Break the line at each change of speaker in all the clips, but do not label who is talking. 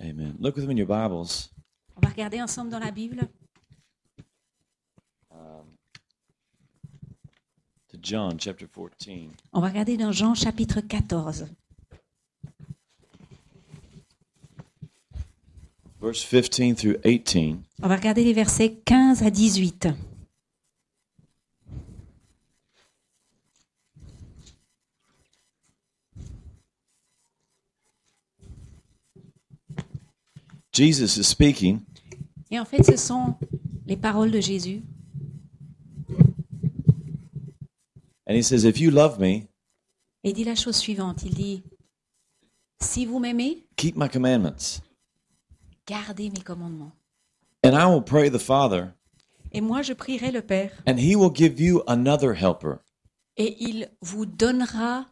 Amen. Look with me in your Bibles.
On va regarder ensemble dans la Bible
to John chapter 14.
On va regarder dans Jean chapitre 14,
Verse 15 through 18.
on va regarder les versets 15 à 18.
Jesus is speaking,
Et en fait, ce sont les paroles de Jésus.
and he says, If you love me,
Et il dit la chose suivante, il dit, si vous m'aimez,
keep my commandments,
gardez mes commandements.
and I will pray the Father,
Et moi, je prierai le Père,
and he will give you another helper,
et il vous donnera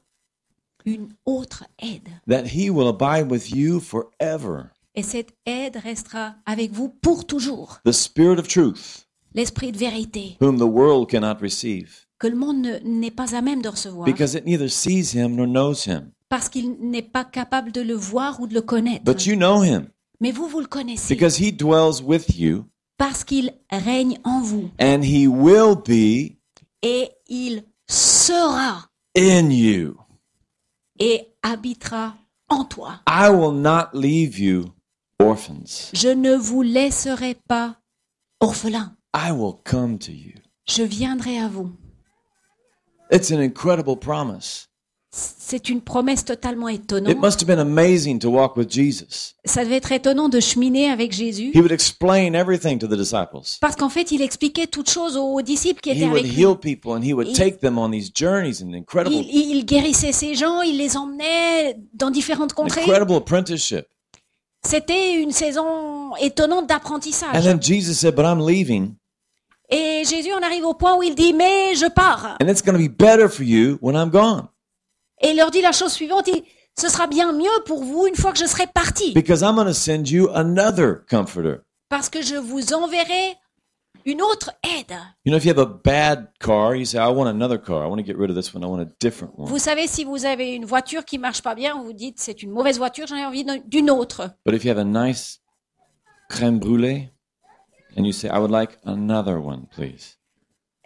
une autre aide.
that he will abide with you forever.
Et cette aide restera avec vous pour toujours.
The Spirit of truth,
L'esprit de vérité,
whom the world cannot receive,
que le monde ne- n'est pas à même de recevoir,
because it neither sees him nor knows him.
parce qu'il n'est pas capable de le voir ou de le connaître.
But you know him,
Mais vous, vous le connaissez,
because he dwells with you,
parce qu'il règne en vous,
and he will be
et il sera
in you.
et habitera en toi.
I will not leave you orphans.
Je ne vous laisserai pas orphelin,
I will come to you.
je viendrai à vous.
It's an incredible promise.
C'est une promesse totalement
It
étonnante.
must have been amazing to walk with Jesus.
Ça devait être étonnant de cheminer avec Jésus.
He would explain everything to the disciples.
Parce qu'en fait, il expliquait toutes choses aux disciples qui étaient
He would
avec lui.
heal people and he would
Il-
take them on these journeys and incredible
Il, il- il guérissait ces gens, il les emmenait dans différentes contrées.
incredible apprenticeship.
C'était une saison étonnante
And
d'apprentissage.
then Jesus said, "But I'm leaving,
Et Jésus en arrive au point où il dit, mais je pars.
and it's going to be better for you when I'm gone
Et il leur dit la chose suivante, il- ce sera bien mieux pour vous une fois que je serai parti.
because I'm going to send you another comforter."
Parce que je vous enverrai une autre aide.
You know, if you have a bad car, you say, "I want another car. I want to get rid of this one. I want a different one."
Vous savez, si vous avez une voiture qui marche pas bien, vous vous dites, c'est une mauvaise voiture, j'en ai envie d'un- d'une autre.
But if you have a nice crème brûlée and you say, I would like another one, please,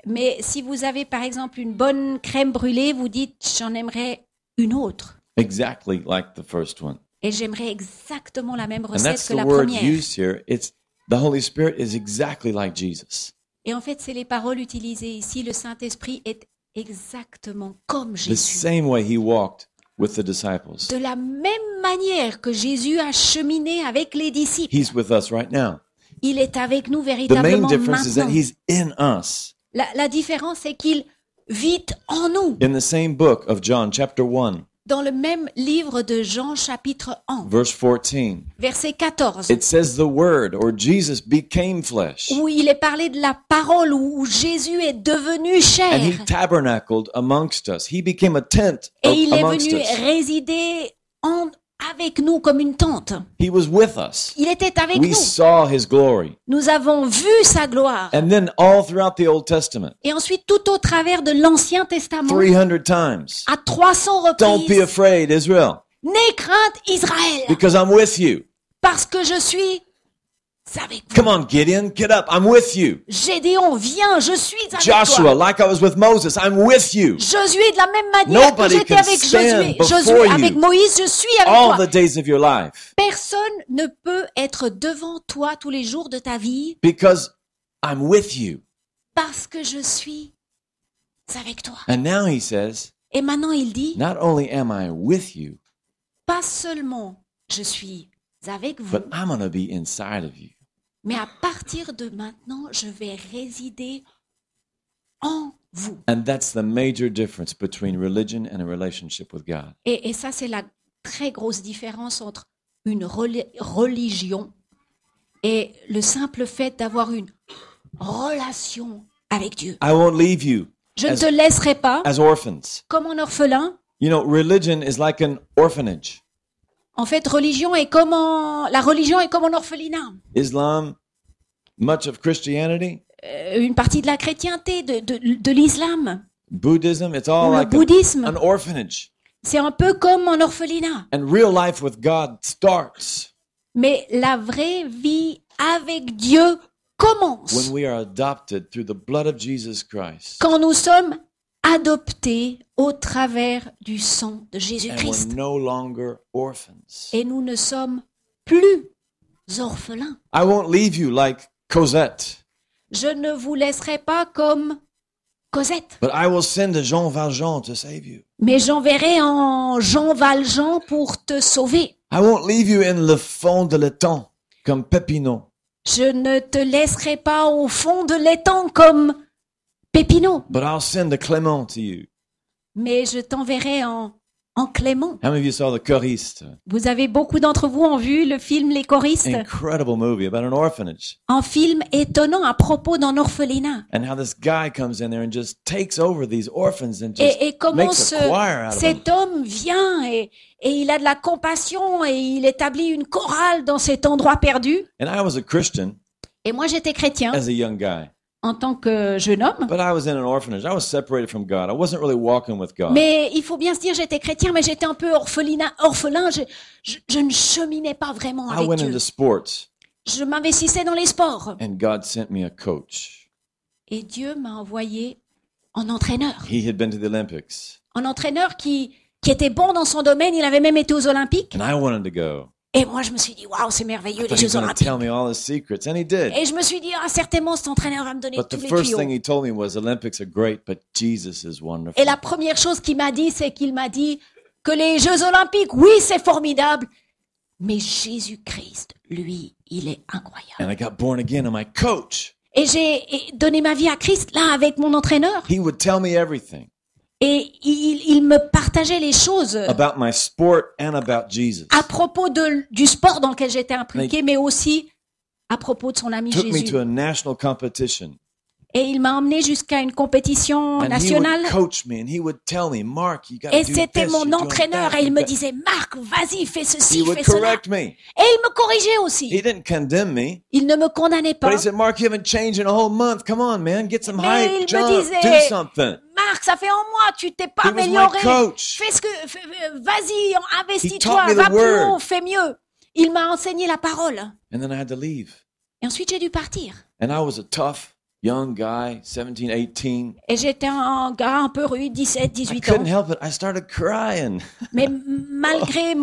Mais si vous avez par exemple une bonne crème brûlée, vous dites j'en aimerais une autre.
exactly like the first one.
Et j'aimerais exactement la même
And
recette
that's
que
the
la
word
première.
used here. It's the Holy Spirit is exactly like Jesus.
Et en fait, c'est les paroles utilisées ici. Le Saint-Esprit est exactement comme
The
Jésus.
same way he walked with the disciples.
De la même manière que Jésus a cheminé avec les disciples,
He's with us right now.
il est avec nous
The main
véritablement
difference is that
maintenant.
he's in us.
La, la différence, c'est qu'il vit en nous.
In the same book of John, chapter 1,
Dans le même livre de Jean chapitre 1,
verse 14,
verset 14.
it says the word or Jesus became flesh
où il est parlé de la parole, où où Jésus est devenu
and he
chair
tabernacled amongst us. He became a tent
et
of-
il est
amongst
venu
us.
résider en- avec nous comme une tente.
He was with us.
Il était avec
We
nous.
saw his glory.
Nous avons vu sa gloire.
And then all throughout the Old Testament,
Et ensuite, tout au travers de l'Ancien Testament,
300 times.
à 300
Don't be
reprises,
afraid, Israel,
n'aie crainte Israël,
because I'm with you.
parce que je suis avec vous.
Come on, Gideon, get up. I'm with you.
Gédéon, viens, je suis avec
Joshua,
toi.
like I was with Moses, I'm with you
Josué, de la même manière que
Nobody
j'étais
can
avec
stand
Josué,
before
Josué, avec
you.
Moïse, je suis avec
all
toi.
the days of your life
Personne ne peut être devant toi tous les jours de ta vie
because I'm with you.
parce que je suis avec toi.
And now he says,
Et maintenant il dit,
not only am I with you,
pas seulement je suis avec vous,
but I'm going to be inside of you.
mais à partir de maintenant, je vais résider en vous.
And that's the major difference between religion and a relationship with God.
Et, et ça, c'est la très grosse différence entre une reli- religion et le simple fait d'avoir une relation avec Dieu.
I won't leave you
Je ne
As-
te laisserai pas
as orphans.
comme un orphelin.
You know, religion is like an orphanage.
En fait, religion est comme en- la religion est comme un orphelinat.
Islam, much of Christianity,
Euh, une partie de la chrétienté, de, de- de l'islam,
Buddhism, it's all
ou le
like a-
bouddhisme,
an orphanage.
c'est un peu comme un orphelinat.
And real life with God starts
Mais la vraie vie avec Dieu commence
when we are adopted through the blood of Jesus Christ
quand nous sommes adoptés au travers du sang de
and we're
Jésus-Christ.
no longer orphans.
Et nous ne sommes plus orphelins.
I won't leave you like Cosette,
Je ne vous laisserai pas comme Cosette,
but I will send a Jean Valjean to save you.
mais j'enverrai en Jean Valjean pour te sauver.
I won't leave you in le fond de l'étang comme Pépinot.
Je ne te laisserai pas au fond de l'étang comme Pépineau,
But I'll send a Clément to you.
mais je t'enverrai en, en Clément.
How many of you saw The Choriste?
Vous avez beaucoup d'entre vous ont vu le film Les choristes,
Incredible movie about an orphanage
un film étonnant à propos d'un orphelinat.
and how this guy comes in there and just takes over these orphans and just
Et, et comment
makes
ce,
a choir out of them.
cet homme vient et, et il a de la compassion et il établit une chorale dans cet endroit perdu.
And I was a Christian
Et moi j'étais chrétien
as a young guy,
en tant que jeune homme.
but I was in an orphanage. I was separated from God. I wasn't really walking with God.
Mais il faut bien se dire, j'étais chrétien, mais j'étais un peu orphelina, orphelin. Je, je, je ne cheminais pas vraiment
I
avec
went
Dieu.
into sports
Je m'investissais dans les sports.
and God sent me a coach.
Et Dieu m'a envoyé en entraîneur.
He had been to the Olympics
Un entraîneur qui, qui était bon dans son domaine. Il avait même été aux Olympiques.
and I wanted to go.
Et moi, je me suis dit, waouh, c'est merveilleux, les
But he was
Jeux
going to
Olympiques.
tell me all his secrets and he did.
Et je me suis dit, ah, certainement, cet entraîneur va me donner
But the
tous les
first thing
tuyaux.
he told me was Olympics are great, but Jesus is wonderful.
Et la première chose qu'il m'a dit, c'est qu'il m'a dit que les Jeux Olympiques, oui, c'est formidable, mais Jésus-Christ, lui, il est incroyable.
And I got born again, and my coach,
Et j'ai et donné ma vie à Christ, là, avec mon entraîneur.
he would tell me everything
Et il, il me partageait les choses
about my sport and about Jesus.
à propos de, du sport dans lequel j'étais impliquée, mais aussi à propos de son ami
Took me
Jésus.
to a national competition.
Et il m'a emmené jusqu'à une compétition
And he would
nationale.
coach me, and he would tell me, Mark, you got to
Et
do this.
c'était
you're
mon
doing
entraîneur.
that,
Et il
you
me
got-"
disait, Marc, vas-y, fais
He
ceci, fais
would
cela.
correct me.
Et il me corrigeait aussi.
He didn't condemn me,
Il ne me condamnait
but
pas.
he said, Mark, you haven't changed in a whole month. Come on, man, get some
Mais il me
hype, jump, do
disait-
something.
Marc, ça fait un mois, tu t'es pas
He was my
amélioré.
coach.
Fais ce que, fais- euh, vas-y, en-
taught
investis-toi,
me the
va plus
word.
haut, fais mieux. Il m'a enseigné la parole.
And then I had to leave.
Et ensuite, j'ai dû partir.
And I was a tough young guy, 17, 18.
Et j'étais un gars un peu rude, 17,
I
18 ans.
couldn't help it. I started crying.
Mais malgré m-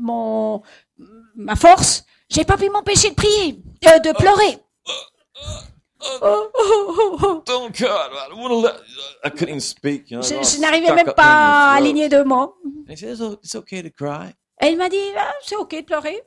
mon, ma force, j'ai pas pu m'empêcher de prier, euh, de pleurer. Oh, oh, oh, oh.
Don't God, I wouldn't let- I couldn't even speak. You know,
Je,
it all
je n'arrivais
stuck
même
up in your
pas à
throat.
aligner deux mots.
And He said, it's, o- it's okay to cry.
Et il m'a dit, Ah, c'est ok de pleurer.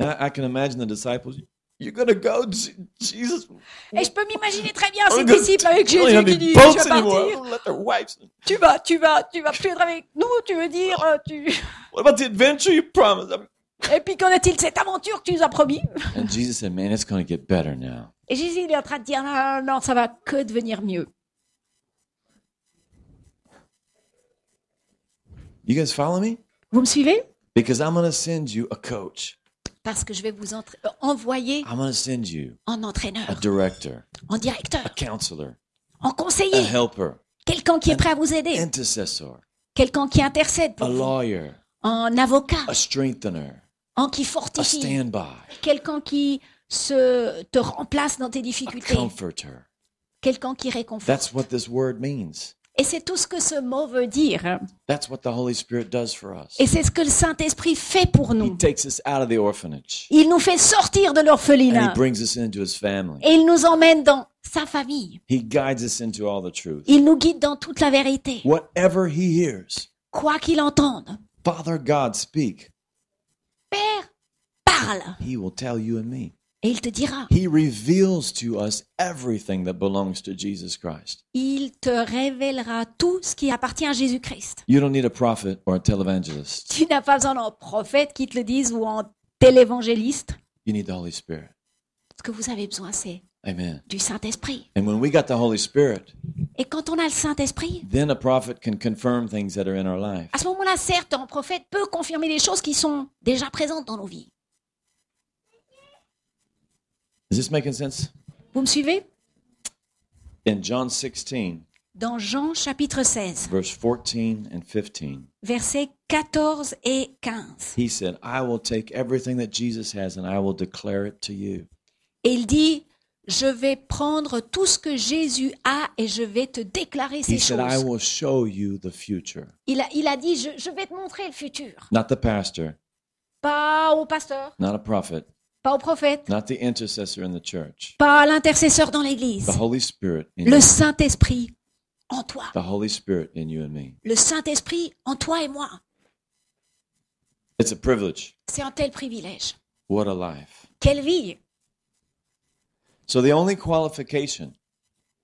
And I, I can imagine the disciples. You're gonna go, Je- Jesus.
Et je peux m'imaginer très bien ces
I'm gonna-
disciples avec
I don't
Jésus
have
qui
any
dit, tu vas
boats anymore. I
partir,
don't let their wives.
tu vas, tu vas, tu vas plus être avec nous, tu veux dire, euh, tu...
What about the adventure you promised? I'm-
Et puis qu'en est-il de cette aventure que tu nous as promis
And Jesus said, man, it's gonna get better now.
Et Jésus il est en train de dire, non, non, non, ça va que devenir mieux.
You guys follow me?
Vous me suivez
Because I'm gonna send you a coach.
Parce que je vais vous entra- euh, envoyer
I'm gonna send you
en
a
entraîneur,
director,
en directeur,
a counselor,
en
a
conseiller,
Uh-huh. helper,
quelqu'un qui est prêt à vous aider,
intercessor,
quelqu'un qui intercède
a
pour vous,
lawyer,
en avocat,
a strengthener,
en qui
a
fortifie,
standby,
quelqu'un qui se te remplace dans tes
a
difficultés,
comforter.
quelqu'un qui réconforte.
That's what this word means.
Et c'est tout ce que ce mot veut dire.
That's what the Holy Spirit does for us.
Et c'est ce que le Saint-Esprit fait pour
He
nous.
takes us out of the orphanage
Il nous fait sortir de
and He
l'orphelinat
brings us into His family.
et il nous emmène dans sa famille.
He guides us into all the truth.
Il nous guide dans toute la vérité.
Whatever He hears,
Quoi qu'il entende,
Father God speak,
Père parle
He will tell you and me.
et il te dira.
He reveals to us everything that belongs to Jesus Christ.
Il te révélera tout ce qui appartient à Jésus-Christ.
You don't need a prophet or a televangelist.
Tu n'as pas besoin d'un prophète qui te le dise ou un tel évangéliste.
You need the Holy Spirit.
Ce que vous avez besoin, c'est
Amen.
du Saint-Esprit.
And when we got the Holy Spirit,
Et quand on a le Saint-Esprit,
then a prophet can confirm things that are in our life.
à ce moment-là, certes, un prophète peut confirmer les choses qui sont déjà présentes dans nos vies.
Is this making sense?
Vous me suivez
In John 16,
dans Jean chapitre 16,
verse 14 and 15.
versets 14 et 15.
He said, I will take everything that Jesus has and I will declare it to you.
Et il dit, je vais prendre tout ce que Jésus a et je vais te déclarer
He
ces
said, I
choses.
will show you the future.
Il a, il a dit, je, je vais te montrer le futur.
Not the pastor,
Pas au pasteur,
not a prophet,
pas au prophète,
not the intercessor in the church.
pas à l'intercesseur dans l'Église.
The Holy Spirit in
Le
you.
Saint-Esprit en toi.
The Holy Spirit in you and me.
Le Saint-Esprit en toi et moi.
It's a privilege.
C'est un tel privilège.
What a life.
Quelle vie
So the only qualification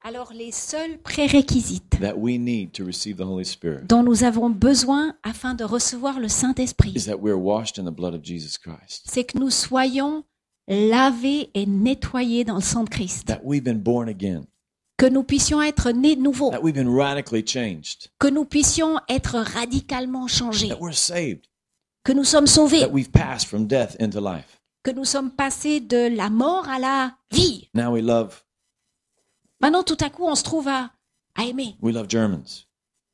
Alors les seuls prérequisites
that we need to receive the Holy Spirit
dont nous avons besoin afin de recevoir le Saint-Esprit,
is that we're washed in the blood of Jesus Christ.
c'est que nous soyons lavés et nettoyés dans le sang de Christ.
That we've been born again.
que nous puissions être nés de nouveau,
That we've been radically changed.
que nous puissions être radicalement changés,
That we're saved.
que nous sommes sauvés,
That we've passed from death into life.
que nous sommes passés de la mort à la vie.
Now we love
Maintenant, tout à coup, on se trouve à, à aimer.
we love Germans.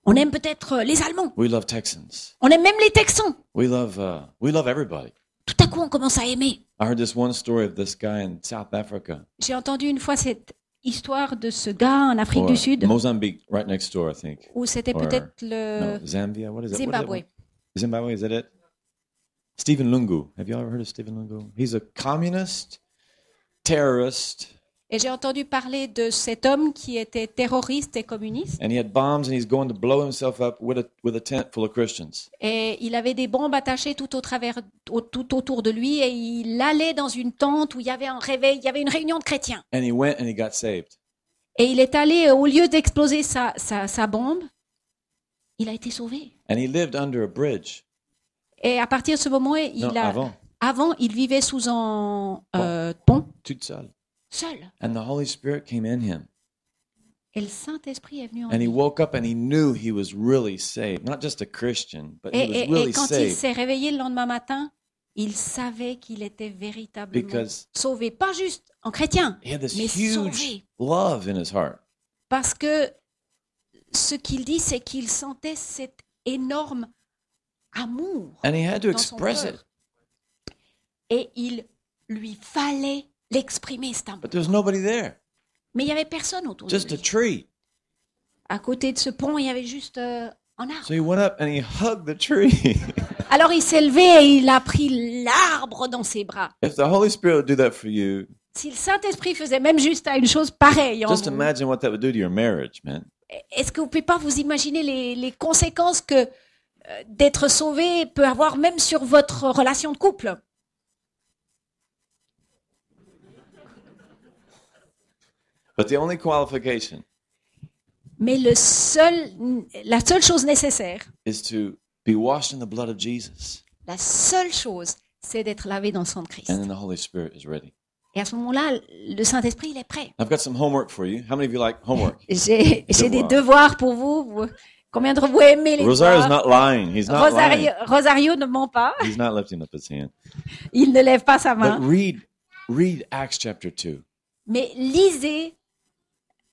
On aime peut-être euh, les Allemands,
We love Texans.
on aime même les Texans.
We love uh, we love everybody.
Tout à coup, on commence à aimer.
I heard this one story of this guy in South Africa
J'ai entendu une fois cette histoire de ce gars en Afrique
or
du Sud,
Mozambique, right next door, I think.
où c'était
or-
peut-être
No,
le
Zambia. What is it? What is it?
Uh, Zimbabwe.
Zimbabwe, is that it? Stephen Lungu. Have you ever heard of Stephen Lungu? He's a communist, terrorist,
Et j'ai entendu parler de cet homme qui était terroriste et communiste,
and he had bombs, and he's going to blow himself up with a with a tent full of Christians.
et il avait des bombes attachées tout, au travers, au- tout autour de lui, et il allait dans une tente où il y avait un réveil, il y avait une réunion de chrétiens.
And he went and he got saved.
Et il est allé, euh, au lieu d'exploser sa, sa, sa bombe, il a été sauvé.
And he lived under a bridge.
Et à partir de ce moment, il
No,
a,
avant.
avant, il vivait sous un euh, pont,
Tout seul.
seul.
And the Holy Spirit came in him.
Et le Saint-Esprit est venu en
And he
lui.
woke up and he knew he was really saved. Not just a Christian, but
Et,
he was
et- et
really
Eh, quand il
saved
s'est réveillé le lendemain matin, il savait qu'il était véritablement
Because-
sauvé, pas juste en chrétien,
he had this
mais
huge
sauvé.
love in his heart.
Parce que ce qu'il dit, c'est qu'il sentait cet énorme amour
And he had to
dans son
express it.
cœur. Et il lui fallait l'exprimer, cet amour.
But there's nobody there.
Mais il n'y avait personne autour de
Just a
lui.
tree.
À côté de ce pont, il y avait juste euh, un
So
arbre.
he went up and he hugged the tree.
Alors il s'est levé et il a pris l'arbre dans ses bras.
if the Holy Spirit would do that for you,
Si le Saint-Esprit faisait même juste à une chose pareille, en
just
vous,
imagine what that would do to your marriage, man.
est-ce que vous pouvez pas vous imaginer les, les conséquences que euh, d'être sauvé peut avoir même sur votre relation de couple
But the only qualification
Mais le seul, la seule chose nécessaire,
is to be washed in the blood of Jesus.
la seule chose, c'est d'être lavé dans le sang de Christ.
And then the Holy Spirit is ready.
Et à ce moment-là, le Saint-Esprit, il est prêt.
I've got some homework for you. How many of you like homework?
J'ai j'ai des
devoirs.
devoirs pour vous. Vous- Combien d'entre vous aimez les
Rosario's
devoirs
not lying. He's not
Rosario,
lying.
Rosario ne ment pas.
He's not lifting up his hand.
Il ne lève pas sa
But
main.
read read Acts chapter 2.
Mais lisez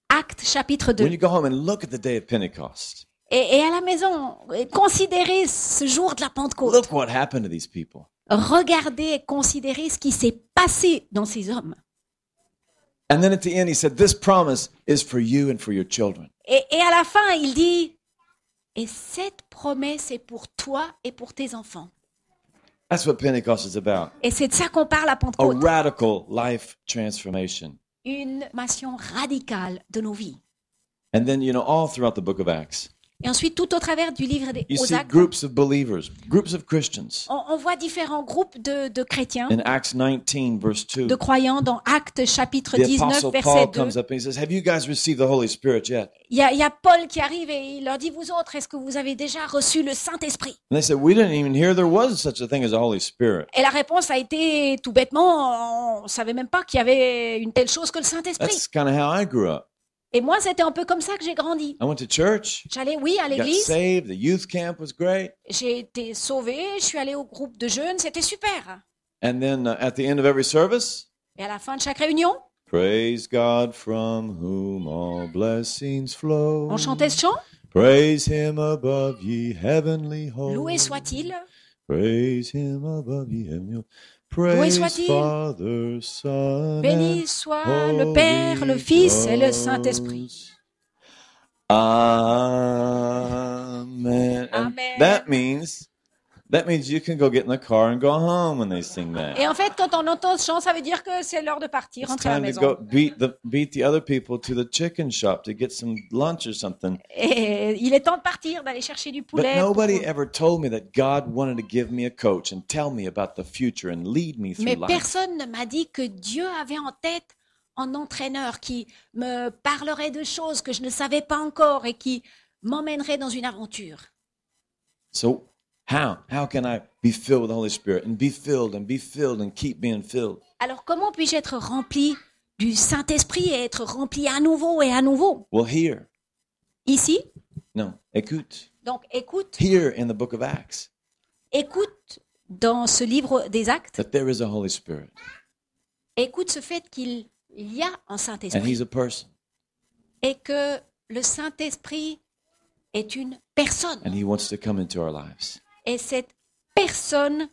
Acte chapitre 2.
When you go home and look at the day of Pentecost,
Et, et à la maison, et considérez ce jour de la Pentecôte.
look what happened to these people.
Regardez et considérez ce qui s'est passé dans ces hommes.
And then at the end, he said, This promise is for you and for your children.
Et, et à la fin, il dit, et cette promesse est pour toi et pour tes enfants.
That's what Pentecost is about
Et c'est de ça qu'on parle à
a
Pentecôte.
radical life transformation.
Une nation radicale de nos vies.
And then, you know, all throughout the book of Acts,
Et ensuite, tout au travers du livre des
you
aux
see
actes,
groups of believers, groups of Christians.
on, on voit différents groupes de, de chrétiens,
In Acts 19, verse
de
2,
croyants dans Actes chapitre
the
19,
Apostle Paul
verset 2.
comes up and he says, Have you guys received the Holy Spirit yet?
Il y, a, il y a Paul qui arrive et il leur dit, vous autres, est-ce que vous avez déjà reçu le Saint-Esprit
And they said, We didn't even hear there was such a thing as a Holy Spirit.
Et la réponse a été, tout bêtement, on ne savait même pas qu'il y avait une telle chose que le Saint-Esprit.
That's kind of how I grew up.
Et moi, c'était un peu comme ça que j'ai grandi.
I went to church,
J'allais, oui, à
got
l'église.
saved, the youth camp was great.
J'ai été sauvée. Je suis allée au groupe de jeunes. C'était super.
And then uh, at the end of every service,
Et à la fin de chaque réunion,
Praise God from whom all blessings flow.
On chantait ce chant
Praise him above ye heavenly
Loué
hosts.
soit-il.
Praise him above ye heavenly hosts.
Loué
Praise
soit-il.
Father, Son, and
Béni soit le Père, le Fils et le Saint-Esprit.
Amen. And
Amen.
That means that means you can go get in the car and go home when they sing that.
Et en fait, quand on entend ce chant, ça veut dire que c'est l'heure de partir,
It's
rentrer à la
time to
maison.
go beat the beat the other people to the chicken shop to get some lunch or something.
Et il est temps de partir, d'aller chercher du
But
poulet.
nobody
pour-
ever told me that God wanted to give me a coach and tell me about the future and lead me through
Mais
life.
personne ne m'a dit que Dieu avait en tête un entraîneur qui me parlerait de choses que je ne savais pas encore et qui m'emmènerait dans une aventure.
So how how can I be filled with the Holy Spirit and be filled and be filled and keep being filled?
Alors comment puis-je être rempli du Saint-Esprit et être rempli à nouveau et à nouveau
Well, here,
Ici,
no, écoute,
donc écoute,
here in the book of Acts,
écoute dans ce livre des actes,
that there is a Holy Spirit
écoute ce fait qu'il y a un
and
Saint-Esprit
He's a person
et que le Saint-Esprit est une personne.
and He wants to come into our lives.
et cette personne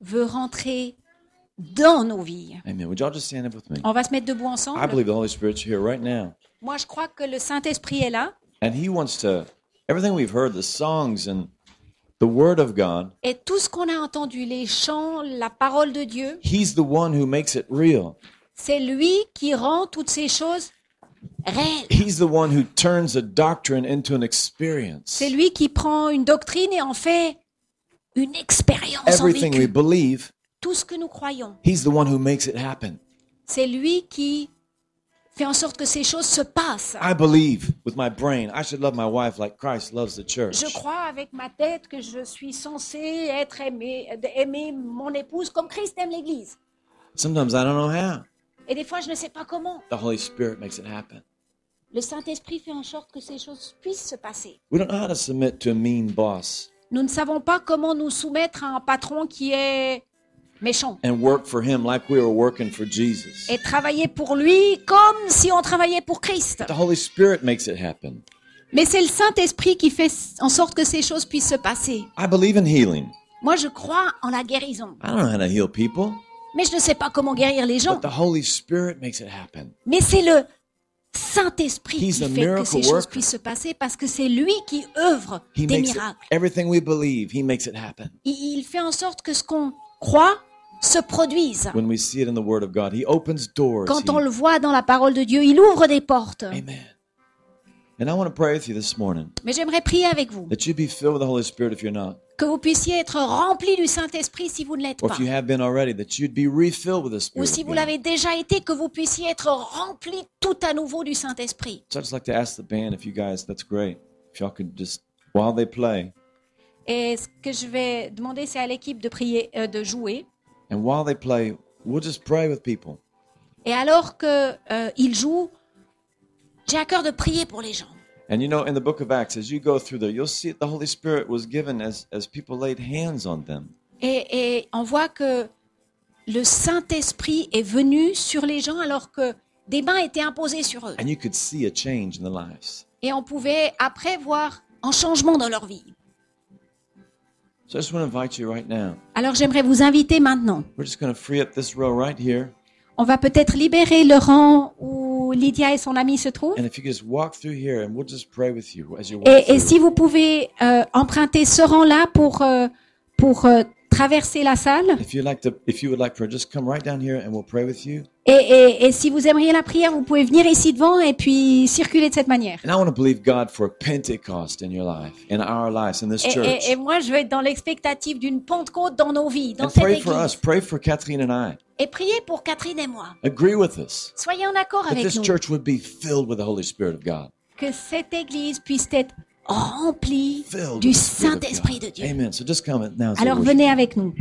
veut rentrer dans nos vies.
Amen. Would y'all just stand up with me?
On va se mettre debout
I
ensemble.
believe the Holy Spirit's here right now.
Moi, je crois que le Saint-Esprit est là
And he wants to, everything we've heard, the songs and the word of God,
et tout ce qu'on a entendu, les chants, la parole de Dieu,
he's the one who makes it real.
c'est lui qui rend toutes ces choses réelles.
He's the one who turns a doctrine into an experience.
C'est lui qui prend une doctrine et en fait une expérience en
Everything we
vécu.
believe,
Tout ce que nous croyons,
he's the one who makes it happen.
c'est lui qui fait en sorte que ces choses se passent.
I believe with my brain, I should love my wife like Christ loves the church.
Je crois avec ma tête que je suis censé être aimé, aimer mon épouse comme Christ aime l'Église.
Sometimes I don't know how.
Et des fois, je ne sais pas comment.
The Holy Spirit makes it happen.
Le Saint-Esprit fait en sorte que ces choses puissent se passer.
We don't know how to submit to a mean boss
Nous ne savons pas comment nous soumettre à un patron qui est méchant
and work for him like we were working for Jesus.
et travailler pour lui comme si on travaillait pour Christ.
The Holy Spirit makes it happen.
Mais c'est le Saint-Esprit qui fait en sorte que ces choses puissent se passer.
I believe in healing.
Moi, je crois en la guérison.
I don't know how to heal people.
Mais je ne sais pas comment guérir les gens.
But the Holy Spirit makes it happen.
Mais c'est le Saint-Esprit qui
He's a
fait que ces
miracle
choses
worker.
puissent se passer parce que c'est lui qui œuvre
He
des
makes it,
miracles.
everything we believe, He makes it happen.
Il, il fait en sorte que ce qu'on croit se produise.
When we see it in the Word of God, He opens doors.
Quand
He-
on le voit dans la parole de Dieu, il ouvre des portes.
Amen. And I want to pray with you this morning
Mais j'aimerais prier avec vous,
that you be filled with the Holy Spirit if you're not,
que vous puissiez être remplis du Saint-Esprit si vous ne l'êtes
or
pas.
if you have been already, that you'd be refilled with the
Ou
Spirit.
si
of
vous
God.
l'avez déjà été, que vous puissiez être remplis tout à nouveau du Saint-Esprit.
So I'd just like to ask the band if you guys, that's great. If y'all could just, while they play,
Et ce que je vais demander, c'est à l'équipe de prier, euh, de jouer.
and while they play, we'll just pray with people.
Et alors que euh, il joue, j'ai à cœur de prier pour les gens.
And you know, in the book of Acts, as you go through there, you'll see the Holy Spirit was given as, as people laid hands on them.
Et, et on voit que le Saint-Esprit est venu sur les gens alors que des mains étaient imposées sur eux.
And you could see a change in the lives.
Et on pouvait après voir un changement dans leur vie.
So I just want to invite you right now.
Alors j'aimerais vous inviter maintenant.
We're just going to free up this row right here.
On va peut-être libérer le rang où Lydia et son ami se trouvent.
And if you could just walk through here and we'll just pray with you as you walk
Et, et
through.
si vous pouvez euh, emprunter ce rang-là pour, euh, pour euh, traverser la salle.
If you'd like to, if you would like prayer, just come right down here and we'll pray with you.
Et, et- et si vous aimeriez la prière, vous pouvez venir ici devant et puis circuler de cette manière.
And I want to believe God for a Pentecost in your life, in our lives, in this
Et,
church.
et- et moi, je vais être dans l'expectative d'une Pentecôte dans nos vies, dans
and
cette
pray for us.
église.
Pray for Catherine and I.
Et priez pour Catherine et moi.
Agree with us
Soyez en accord
that
avec
this
nous.
church would be filled with the Holy Spirit of God.
Que cette église puisse être remplie
Filled
du
with the Spirit of
Saint-Esprit
God.
de Dieu.
Amen. So just come now. as we
Alors
worship.
venez avec nous.